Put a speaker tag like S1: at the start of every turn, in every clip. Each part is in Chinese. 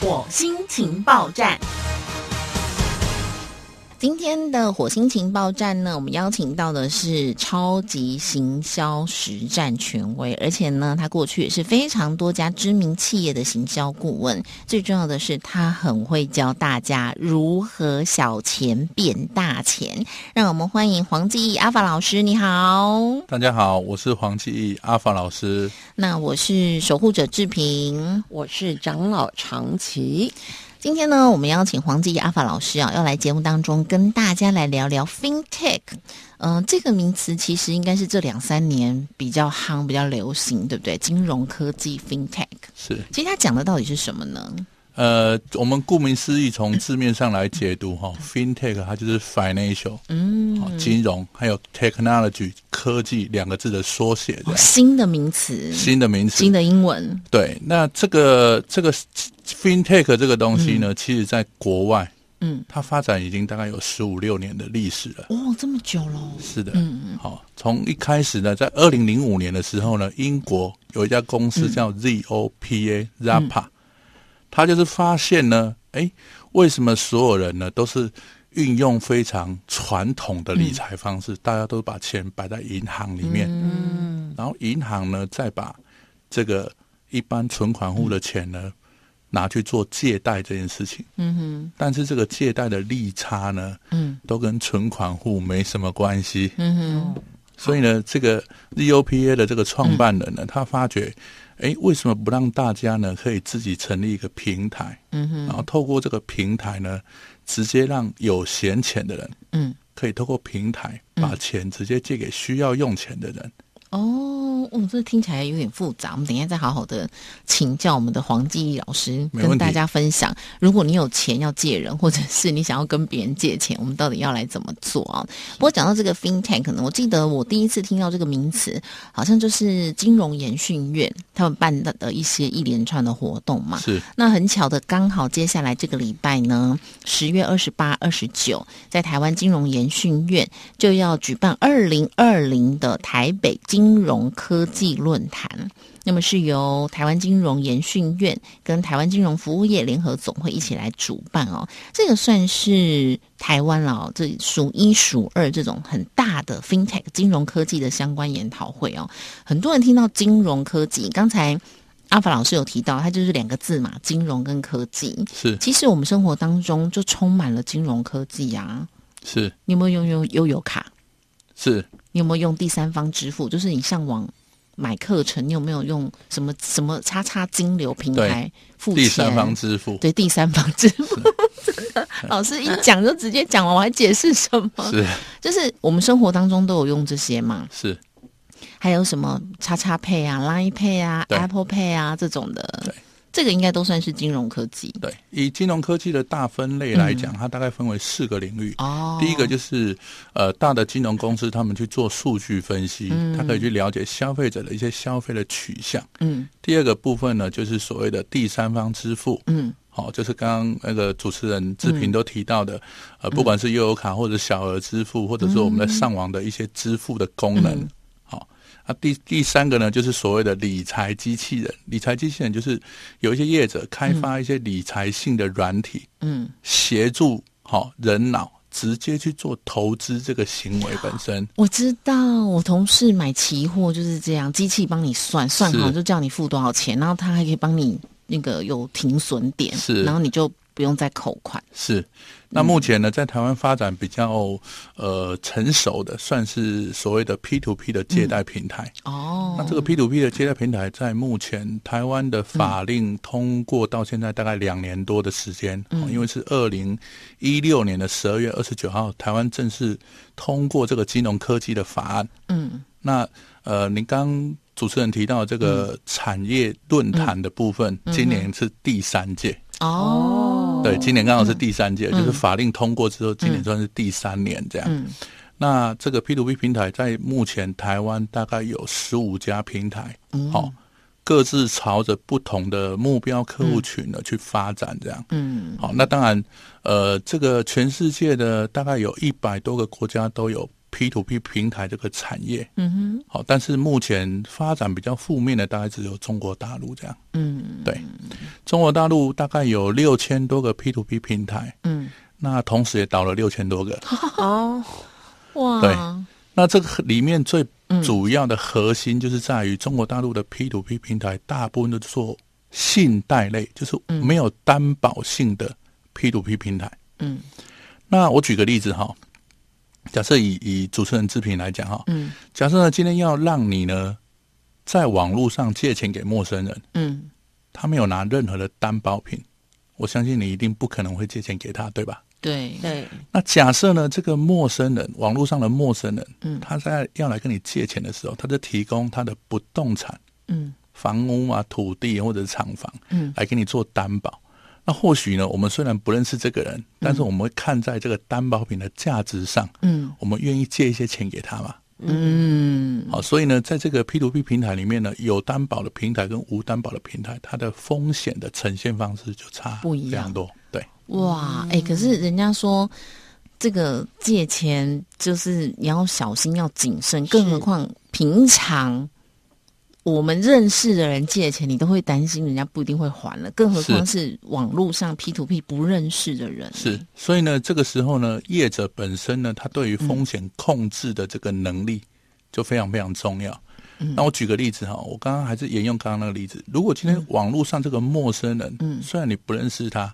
S1: 火星情报站。今天的火星情报站呢，我们邀请到的是超级行销实战权威，而且呢，他过去也是非常多家知名企业的行销顾问。最重要的是，他很会教大家如何小钱变大钱。让我们欢迎黄继义阿法老师，你好。
S2: 大家好，我是黄继义阿法老师。
S1: 那我是守护者志平。
S3: 我是长老长崎。
S1: 今天呢，我们邀请黄继义阿法老师啊，要来节目当中跟大家来聊聊 FinTech。嗯、这个名词其实应该是这两三年比较夯、比较流行，对不对？金融科技 FinTech，
S2: 是，
S1: 其实它讲的到底是什么呢？
S2: 呃，我们顾名思义，从字面上来解读哈、f i n t e c h 它就是 financial，嗯、金融，还有 technology 科技两个字的缩写的、
S1: 哦新的名词，
S2: 新的名词
S1: 新。的英文，
S2: 对，那这个这个 FinTech 这个东西呢，其实在国外，
S1: 嗯，
S2: 它发展已经大概有十五六年的历史了。
S1: 哦，这么久了，
S2: 是的，嗯好，从一开始呢，在二零零五年的时候呢，英国有一家公司叫 ZOPA、Zapa，它就是发现呢，哎，为什么所有人呢都是运用非常传统的理财方式，大家都把钱摆在银行里面，嗯，然后银行呢再把这个一般存款户的钱呢。拿去做借贷这件事情，嗯哼，但是这个借贷的利差呢，嗯，都跟存款户没什么关系，嗯哼，所以呢，这个 E ZOPA 的这个创办人呢，他发觉，哎，为什么不让大家呢可以自己成立一个平台，嗯哼，然后透过这个平台呢，直接让有闲钱的人，
S1: 嗯，
S2: 可以透过平台把钱直接借给需要用钱的人，
S1: 哦，哦，这听起来有点复杂，我们等一下再好好的请教我们的黄继义老师，
S2: 没
S1: 跟
S2: 问题
S1: 大家分享。如果你有钱要借人，或者是你想要跟别人借钱，我们到底要来怎么做啊？不过讲到这个 FinTech 呢，我记得我第一次听到这个名词，好像就是金融研训院他们办的的一些一连串的活动嘛。
S2: 是
S1: 那很巧的，刚好接下来这个礼拜呢，十月二十八、二十九，在台湾金融研训院就要举办二零二零的台北金融科技论坛。那么是由台湾金融研训院跟台湾金融服务业联合总会一起来主办哦，这个算是台湾了哦，这数一数二这种很大的 FinTech 金融科技的相关研讨会哦。很多人听到金融科技，刚才阿法老师有提到，它就是两个字嘛，金融跟科技。
S2: 是
S1: 其实我们生活当中就充满了金融科技啊。
S2: 是
S1: 你有没有用用悠游卡？
S2: 是
S1: 你有没有用第三方支付？就是你上网买课程，你有没有用什么什么叉叉金流平台付钱？
S2: 第三方支付，
S1: 对第三方支 付，老师一讲就直接讲完，我还解释什么？
S2: 是
S1: 就是我们生活当中都有用这些嘛，
S2: 是
S1: 还有什么叉叉配啊、Line Pay 啊、
S2: 对
S1: Apple Pay 啊这种的
S2: 对，
S1: 这个应该都算是金融科技
S2: 对。以金融科技的大分类来讲，它大概分为四个领域。
S1: 哦。
S2: 第一个就是呃，大的金融公司他们去做数据分析，它可以去了解消费者的一些消费的取向。
S1: 嗯
S2: 第二个部分呢，就是所谓的第三方支付。
S1: 嗯
S2: 好、就是刚刚那个主持人志平都提到的，
S1: 嗯
S2: 呃，不管是悠游卡或者小额支付，或者是我们在上网的一些支付的功能。
S1: 嗯
S2: 好、啊，第第三个呢，就是所谓的理财机器人。理财机器人就是有一些业者开发一些理财性的软体，
S1: 嗯，
S2: 协助好、人脑直接去做投资这个行为本身。
S1: 我知道，我同事买期货就是这样，机器帮你算，算好
S2: 是
S1: 就叫你付多少钱，然后他还可以帮你那个有停损点，
S2: 是
S1: 然后你就不用再扣款。
S2: 是，那目前呢，在台湾发展比较呃成熟的，算是所谓的 P to P 的借贷平台。那
S1: 哦，
S2: 这个 P to P 的借贷平台，在目前台湾的法令通过到现在大概两年多的时间，
S1: 嗯
S2: 哦因为是二零一六年的十二月二十九号，台湾正式通过这个金融科技的法案。
S1: 嗯
S2: 那呃，您刚主持人提到这
S1: 嗯
S2: 个产业论坛的部分，今年是第三届。
S1: 哦，嗯
S2: 对，今年刚好是第三届，就是法令通过之后，今年算是第三年这样。那这个 P to P 平台在目前台湾大概有十五家平台，
S1: 哦
S2: 好、各自朝着不同的目标客户群呢、去发展这样。
S1: 嗯
S2: 好，那当然，呃，这个全世界的大概有一百多个国家都有 P to P 平台这个产业。
S1: 嗯哼，
S2: 好，但是目前发展比较负面的大概只有中国大陆这样。
S1: 嗯
S2: 对，中国大陆大概有六千多个 P to P 平台，
S1: 嗯，
S2: 那同时也倒了六千多个。
S3: 哦，
S1: 哇，
S2: 对那这个里面最主要的核心就是在于中国大陆的 P to P 平台，大部分都做信贷类，就是没有担保性的 P to P 平台。
S1: 嗯
S2: 那我举个例子哈，假设以以主持人志平来讲哈，
S1: 嗯
S2: 假设呢今天要让你呢在网络上借钱给陌生人，
S1: 嗯，
S2: 他没有拿任何的担保品，我相信你一定不可能会借钱给他，对吧？
S1: 对，
S3: 对，
S2: 那假设呢，这个陌生人，网络上的陌生人，
S1: 嗯
S2: 他在要来跟你借钱的时候，他就提供他的不动产、
S1: 嗯
S2: 房屋啊、土地或者是厂房，
S1: 嗯，
S2: 来给你做担保。那或许呢，我们虽然不认识这个人，但是我们会看在这个担保品的价值上，
S1: 嗯
S2: 我们愿意借一些钱给他嘛。
S1: 嗯
S2: 好，所以呢，在这个 P to P 平台里面呢，有担保的平台跟无担保的平台，它的风险的呈现方式就差
S1: 不一样
S2: 非常多。对，
S1: 哇，哎、可是人家说这个借钱就是你要小心，要谨慎，更何况平常。我们认识的人借钱，你都会担心人家不一定会还了，更何况是网络上 P to P 不认识的人。
S2: 是，所以呢，这个时候呢，业者本身呢，他对于风险控制的这个能力就非常非常重要。
S1: 嗯
S2: 那我举个例子哈，我刚刚还是沿用刚刚那个例子，如果
S1: 嗯
S2: 今天网络上这个陌生人，嗯，虽然你不认识他，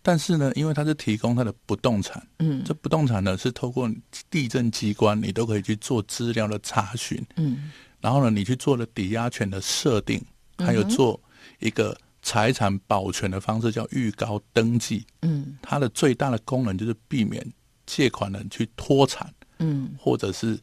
S2: 但是呢，因为他是提供他的不动产，
S1: 嗯
S2: 这不动产呢是透过地震机关，你都可以去做资料的查询，
S1: 嗯
S2: 然后呢，你去做了抵押权的设定，还有做一个财产保全的方式，叫预告登记。
S1: 嗯
S2: 它的最大的功能就是避免借款人去脱产，
S1: 嗯
S2: 或者是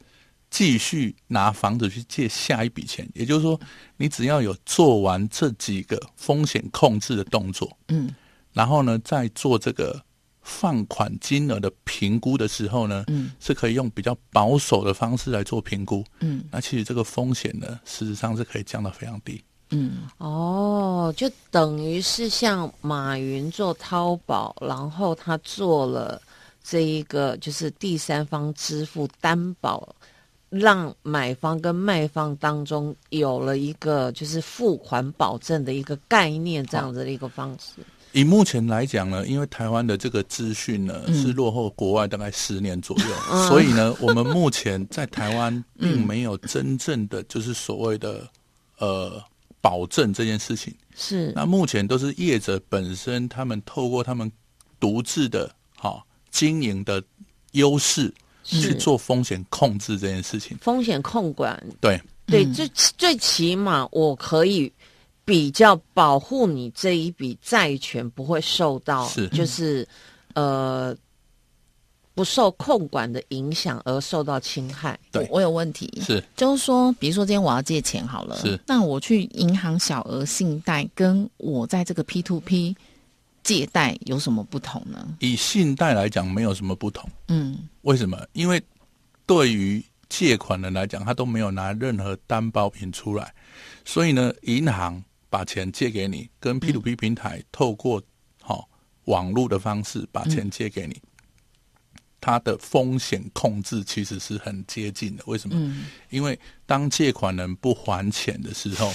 S2: 继续拿房子去借下一笔钱。也就是说，你只要有做完这几个风险控制的动作，
S1: 嗯
S2: 然后呢，再做这个放款金额的评估的时候呢，
S1: 嗯
S2: 是可以用比较保守的方式来做评估。
S1: 嗯
S2: 那其实这个风险呢，事实上是可以降到非常低。
S1: 嗯，
S3: 哦，就等于是像马云做淘宝，然后他做了这一个就是第三方支付担保，让买方跟卖方当中有了一个就是付款保证的一个概念，这样子的一个方式。
S2: 以目前来讲呢，因为台湾的这个资讯呢、
S1: 嗯
S2: 是落后国外大概十年左右，所以呢，我们目前在台湾并没有真正的就是所谓的呃保证这件事情。
S3: 是，
S2: 那目前都是业者本身，他们透过他们独自的哈、经营的优势去
S3: 是
S2: 做风险控制这件事情。
S3: 风险控管，
S2: 对，
S3: 对，最最起码我可以比较保护你这一笔债权不会受到，
S2: 是
S3: 就是呃不受控管的影响而受到侵害。
S2: 对
S1: 我我有问题，
S2: 是
S1: 就是说，比如说今天我要借钱好了，
S2: 是
S1: 那我去银行小额信贷，跟我在这个 P to P 借贷有什么不同呢？
S2: 以信贷来讲，没有什么不同。
S1: 嗯
S2: 为什么？因为对于借款人来讲，他都没有拿任何担保品出来，所以呢，银行把钱借给你，跟 P to P 平台透
S1: 嗯
S2: 过好、网络的方式把钱借给
S1: 嗯
S2: 你，它的风险控制其实是很接近的。为什么？
S1: 嗯
S2: 因为当借款人不还钱的时候，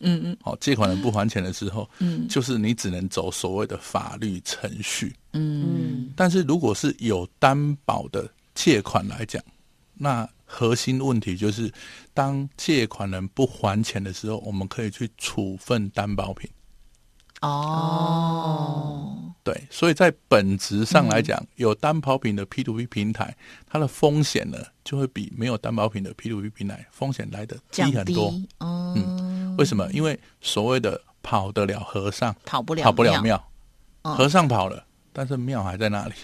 S1: 嗯嗯
S2: 好、借款人不还钱的时候，
S1: 嗯
S2: 就是你只能走所谓的法律程序。
S1: 嗯
S2: 但是如果是有担保的借款来讲，那核心问题就是，当借款人不还钱的时候，我们可以去处分担保品。
S1: 哦，
S2: 对，所以在本质上来
S1: 嗯
S2: 讲，有担保品的 P to P 平台，它的风险呢，就会比没有担保品的 P to P 平台风险来的低
S1: 降
S2: 很
S1: 低
S2: 多。
S1: 哦，
S2: 为什么？因为所谓的跑得了和尚
S1: 跑不了
S2: 跑不了
S1: 庙。
S2: 庙，
S1: 嗯
S2: 和尚跑了，但是庙还在那里。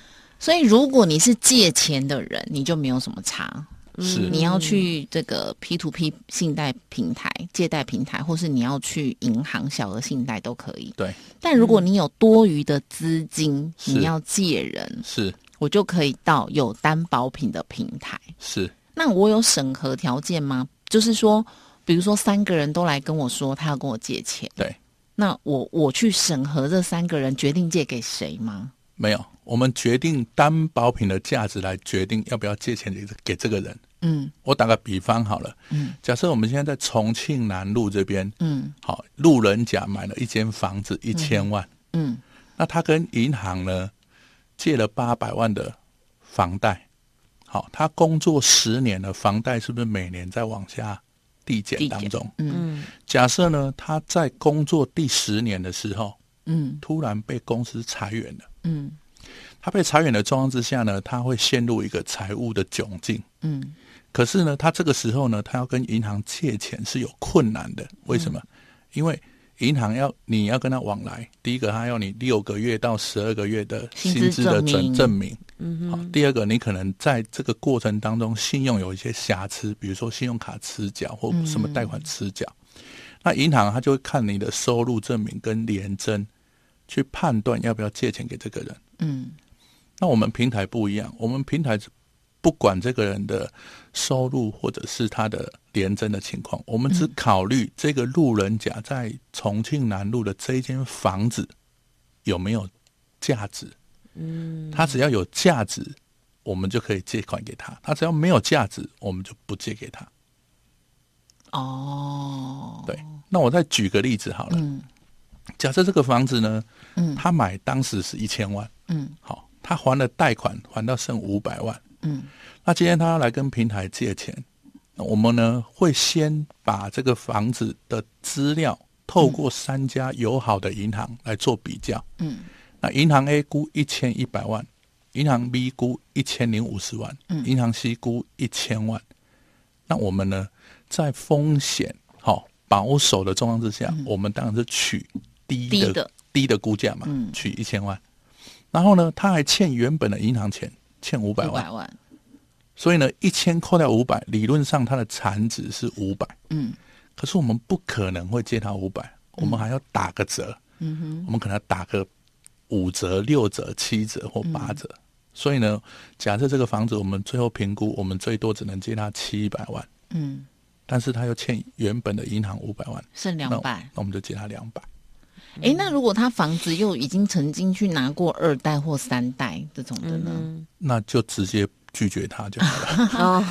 S1: 所以如果你是借钱的人，你就没有什么差。
S2: 是
S1: 你要去这个 P to P 信贷平台、借贷平台，或是你要去银行小额信贷都可以。
S2: 对，
S1: 但如果你有多余的资金，
S2: 嗯是
S1: 你要借人，
S2: 是
S1: 我就可以到有担保品的平台。
S2: 是，
S1: 那我有审核条件吗？就是说，比如说三个人都来跟我说他要跟我借钱，
S2: 对。
S1: 那我我去审核这三个人，决定借给谁吗？
S2: 没有，我们决定担保品的价值来决定要不要借钱给给这个人。
S1: 嗯
S2: 我打个比方好了，
S1: 嗯，
S2: 假设我们现在在重庆南路这边，
S1: 嗯
S2: 好，路人甲买了一间房子一千万，
S1: 嗯
S2: 那他跟银行呢借了八百万的房贷，好，他工作十年了，房贷是不是每年在往下递减当中？
S3: 嗯
S2: 假设呢，他在工作第十年的时候，
S1: 嗯
S2: 突然被公司裁员了。
S1: 嗯
S2: 他被裁员的状况之下呢，他会陷入一个财务的窘境。
S1: 嗯
S2: 可是呢，他这个时候呢，他要跟银行借钱是有困难的。为什么？
S1: 嗯
S2: 因为银行要你要跟他往来，第一个他要你六个月到十二个月的
S1: 薪
S2: 薪
S1: 资
S2: 资的
S1: 证明
S2: 证证明。嗯好，第二个你可能在这个过程当中信用有一些瑕疵，比如说信用卡迟缴或什么贷款迟缴。
S1: 嗯
S2: 那银行他就会看你的收入证明跟廉征，去判断要不要借钱给这个人。
S1: 嗯
S2: 那我们平台不一样，我们平台不管这个人的收入或者是他的廉征的情况，我们只考虑这个路人甲在重庆南路的这一间房子有没有价值。嗯，他只要有价值，我们就可以借款给他；他只要没有价值，我们就不借给他。
S1: 哦，
S2: 对，那我再举个例子好了，
S1: 嗯
S2: 假设这个房子呢，
S1: 嗯
S2: 他买当时是一千万，
S1: 嗯
S2: 好，他还了贷款，还到剩五百万。
S1: 嗯
S2: 那今天他要来跟平台借钱，那我们呢会先把这个房子的资料透过三家友好的银行来做比较。
S1: 嗯
S2: 那银行 A 估一千一百万，银行 B 估一千零五十万，
S1: 嗯
S2: 银行 C 估一千万。那我们呢，在风险好、保守的状况之下，我们当然是取低
S1: 嗯低
S2: 的
S1: 的
S2: 低的估价嘛，
S1: 嗯
S2: 取一千万。然后呢，他还欠原本的银行钱，欠五百
S1: 五
S2: 万
S1: 百。万，
S2: 所以呢，一千扣掉五百，理论上它的残值是五百。
S1: 嗯
S2: 可是我们不可能会借他五百，我们还要打个折。
S1: 嗯哼，
S2: 我们可能要打个五折、六折、七折或八折。
S1: 嗯
S2: 所以呢，假设这个房子我们最后评估，我们最多只能借他七百万，
S1: 嗯，
S2: 但是他又欠原本的银行五百万，
S1: 剩
S2: 那
S1: 两百。
S2: 那我们就借他两百。
S1: 诶，那如果他房子又已经曾经去拿过二代或三代这种的呢？
S2: 那就直接拒绝他就好了。
S3: 哦，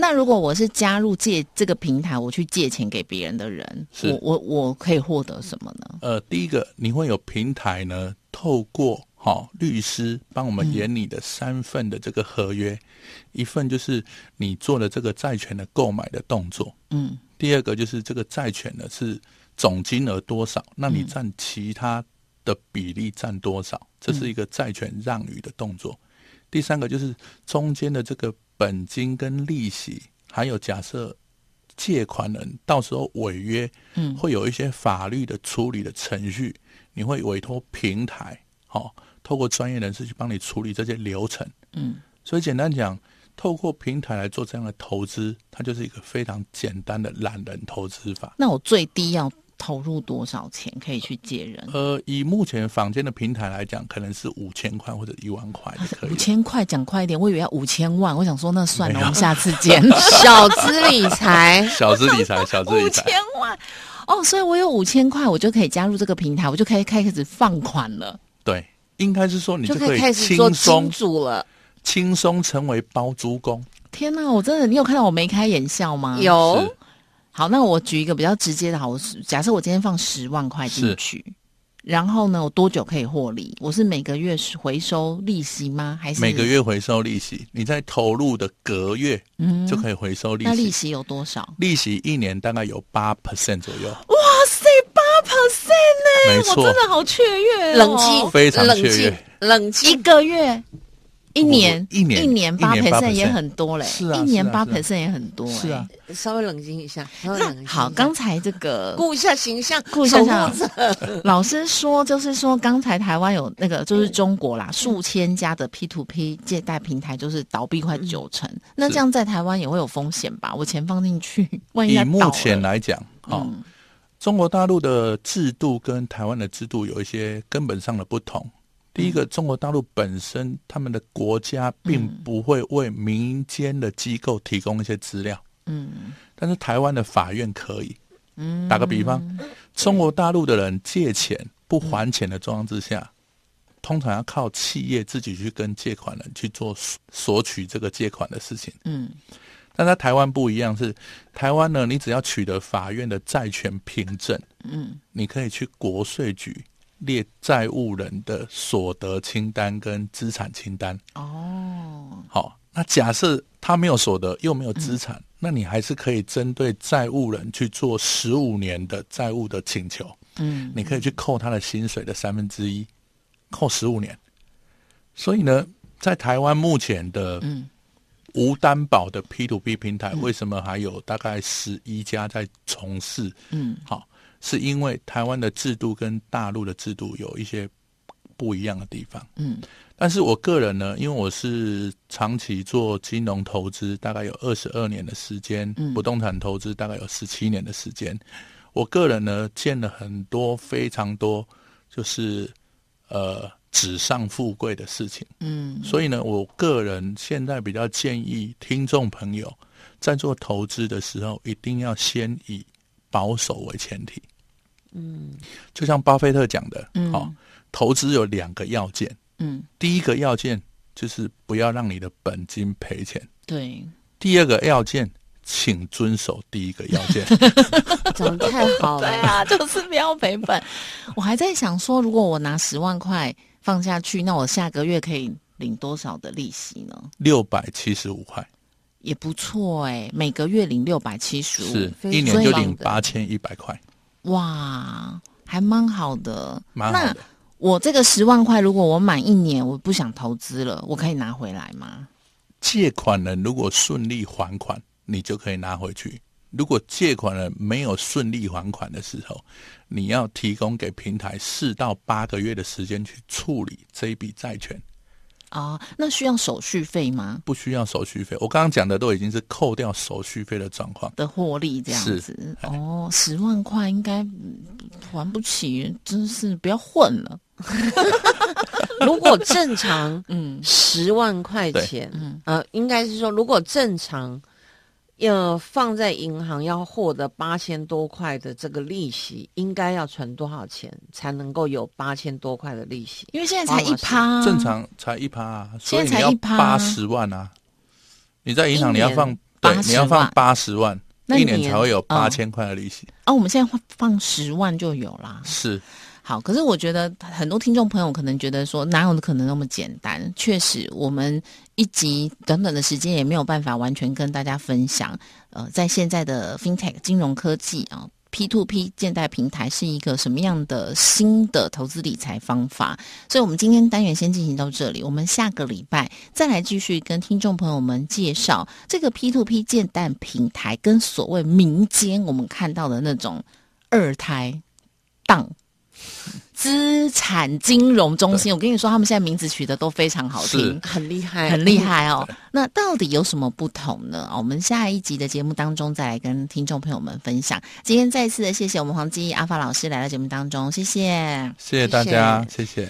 S1: 那如果我是加入借这个平台，我去借钱给别人的人，
S2: 是
S1: 我我我可以获得什么呢？
S2: 呃，第一个你会有平台呢，透过哈、律师帮我们研拟的三份的这个合约，一份就是你做了这个债权的购买的动作，
S1: 嗯
S2: 第二个就是这个债权呢是总金额多少，那你占其他的比例占多少，这是一个债权让与的动作。第三个就是中间的这个本金跟利息，还有假设借款人到时候违约，
S1: 嗯
S2: 会有一些法律的处理的程序，你会委托平台，好、透过专业人士去帮你处理这些流程。
S1: 嗯
S2: 所以简单讲，透过平台来做这样的投资，它就是一个非常简单的懒人投资法。
S1: 那我最低要投入多少钱可以去借人？
S2: 呃，以目前房间的平台来讲，可能是五千块或者一万块就可以
S1: 五
S2: 了。
S1: 千块，讲快一点，我以为要五千万，我想说那算了，
S2: 没
S1: 我
S2: 有，
S1: 们下次 见。
S3: 小资理财
S2: 小资理财，小资
S1: 五
S2: 理
S1: 千
S2: 财，
S1: 万哦，所以我有五千块，我就可以加入这个平台，我就可以开始放款了。
S2: 对，应该是说你
S3: 就可以
S2: 以
S3: 开始做
S2: 轻
S3: 金
S2: 松
S3: 主了。
S2: 轻松成为包租公。
S1: 天哪，我真的，你有看到我眉开眼笑吗？。
S3: 有
S1: 好，那我举一个比较直接的，好，我是假设我今天放十万块进
S2: 是
S1: 去，
S3: 嗯
S1: 然后呢，我多久可以获利？我是每个月是回收利息吗？还是
S2: 每个？月回收利息，你在投入的隔月
S1: 嗯，
S2: 就可以回收利
S1: 那利
S2: 息。
S1: 息有多少？
S2: 利息一年大概有八 percent 左右，
S1: 哇塞，八 percent
S2: 没
S1: 我
S2: 错
S1: 真，的好雀跃、哦
S3: 冷静，
S2: 非常
S3: 冷
S2: 雀
S3: 静
S2: 跃，
S3: 冷
S1: 一
S3: 静。
S1: 个月。一年
S2: 哦不不一年
S1: 一年八
S2: 一年
S1: percent
S2: 8%
S1: 也很多嘞，
S2: 是啊
S1: 一年
S2: 是
S1: 八
S2: 啊
S1: percent 也很多、欸
S2: 是啊。，
S3: 稍微冷静一下，稍微冷静一
S1: 那
S3: 下
S1: 好，刚才这个
S3: 顾一下形象，
S1: 顾一下
S3: 守护者
S1: 老师说，就是说，刚才台湾有那个，就是中国啦，数千家的 P to P 借贷平台就是倒闭快九成。
S2: 嗯
S1: 那这样在台湾也会有风险吧？我钱放进去，万一
S2: 以
S1: 它倒
S2: 目
S1: 了嗯
S2: 前来讲，哦，中国大陆的制度跟台湾的制度有一些根本上的不同。第一个，
S1: 嗯
S2: 中国大陆本身他们的国家并不会为民间的机构提供一些资料，
S1: 嗯
S2: 但是台湾的法院可以。
S1: 嗯，
S2: 打
S1: 嗯
S2: 个比方，中国大陆的人借钱不还钱的状况之下，通常要靠企业自己去跟借款人去做索索取这个借款的事情。
S1: 嗯，
S2: 但在台湾不一样是，台湾呢，你只要取得法院的债权凭证，
S1: 嗯，
S2: 你可以去国税局列债务人的所得清单跟资产清单。
S1: 哦，
S2: 好，那假设他没有所得又没有
S1: 嗯
S2: 资产，那你还是可以针对债务人去做十五年的债务的请求。
S1: 嗯，
S2: 你可以去扣他的薪水的三分之一，扣十五年。所以呢，在台湾目前的
S1: 嗯
S2: 无担保的 P to P 平台，为什么还有大概十一家在从事？
S1: 嗯，
S2: 好，是因为台湾的制度跟大陆的制度有一些不一样的地方。
S1: 嗯，
S2: 但是我个人呢，因为我是长期做金融投资，大概有二十二年的时间，
S1: 嗯
S2: 不动产投资大概有十七年的时间。我个人呢，见了很多非常多，就是呃纸上富贵的事情。
S1: 嗯，
S2: 所以呢，我个人现在比较建议听众朋友在做投资的时候，一定要先以保守为前提。嗯，就像巴菲特讲的，
S1: 嗯
S2: 好、投资有两个要件，
S1: 嗯，
S2: 第一个要件就是不要让你的本金赔钱，
S1: 对，
S2: 第二个要件，请遵守第一个要 件。
S3: 讲的太好了
S1: 对。啊，就是不要赔本。我还在想说，如果我拿十万块放下去，那我下个月可以领多少的利息呢？
S2: 六百七十五块，
S1: 也不错哎、每个月领六百七十五，
S2: 是
S3: 非
S2: 一年
S1: 常
S2: 就
S1: 棒
S2: 领
S3: 的
S2: 八千一百块，
S1: 哇，还蛮好的。
S2: 蛮好
S1: 那
S2: 的。
S1: 我这个十万块，如果我满一年，我不想投资了，我可以拿回来吗？
S2: 借款人如果顺利还款，你就可以拿回去；如果借款人没有顺利还款的时候，你要提供给平台四到八个月的时间去处理这一笔债权，
S1: 啊，那需要手续费吗？
S2: 不需要手续费。我刚刚讲的都已经是扣掉手续费的状况。
S1: 的获利这样
S2: 是
S1: 子哦，十万块应该嗯还不起，真是不要混了。
S3: 如果正常
S1: 嗯
S3: 十万块钱，
S1: 嗯
S3: 呃，应该是说，如果正常要放在银行要获得八千多块的这个利息，应该要存多少钱才能够有八千多块的利息？
S1: 因为现在才一趴、啊
S2: 正常才一趴、啊，所
S1: 嗯现在才
S2: 以你要
S1: 1%
S2: 八十万啊！你在银行你要
S3: 一
S2: 放
S3: 年
S2: 对，
S1: 80
S2: 你要放八十万，
S3: 那
S2: 一
S3: 一
S2: 年
S3: 年
S2: 才会有
S1: 哦
S2: 八千块的利息。
S1: 啊，我们现在放放十万就有啦。
S2: 是
S1: 好，可是我觉得很多听众朋友可能觉得说，哪有可能那么简单？确实，我们一集短短的时间也没有办法完全跟大家分享。呃，在现在的 FinTech 金融科技啊。P to P 借贷平台是一个什么样的新的投资理财方法？所以，我们今天单元先进行到这里，我们下个礼拜再来继续跟听众朋友们介绍这个 P to P 借贷平台跟所谓民间我们看到的那种二胎档资产金融中心，我跟你说，他们现在名字取得都非常好听
S2: 是。
S3: 很厉害，
S1: 很厉。害哦，那到底有什么不同呢？哦我们下一集的节目当中再来跟听众朋友们分享。今天再次的谢谢我们黄基阿发老师来到节目当中，谢谢。
S2: 谢谢大家，谢谢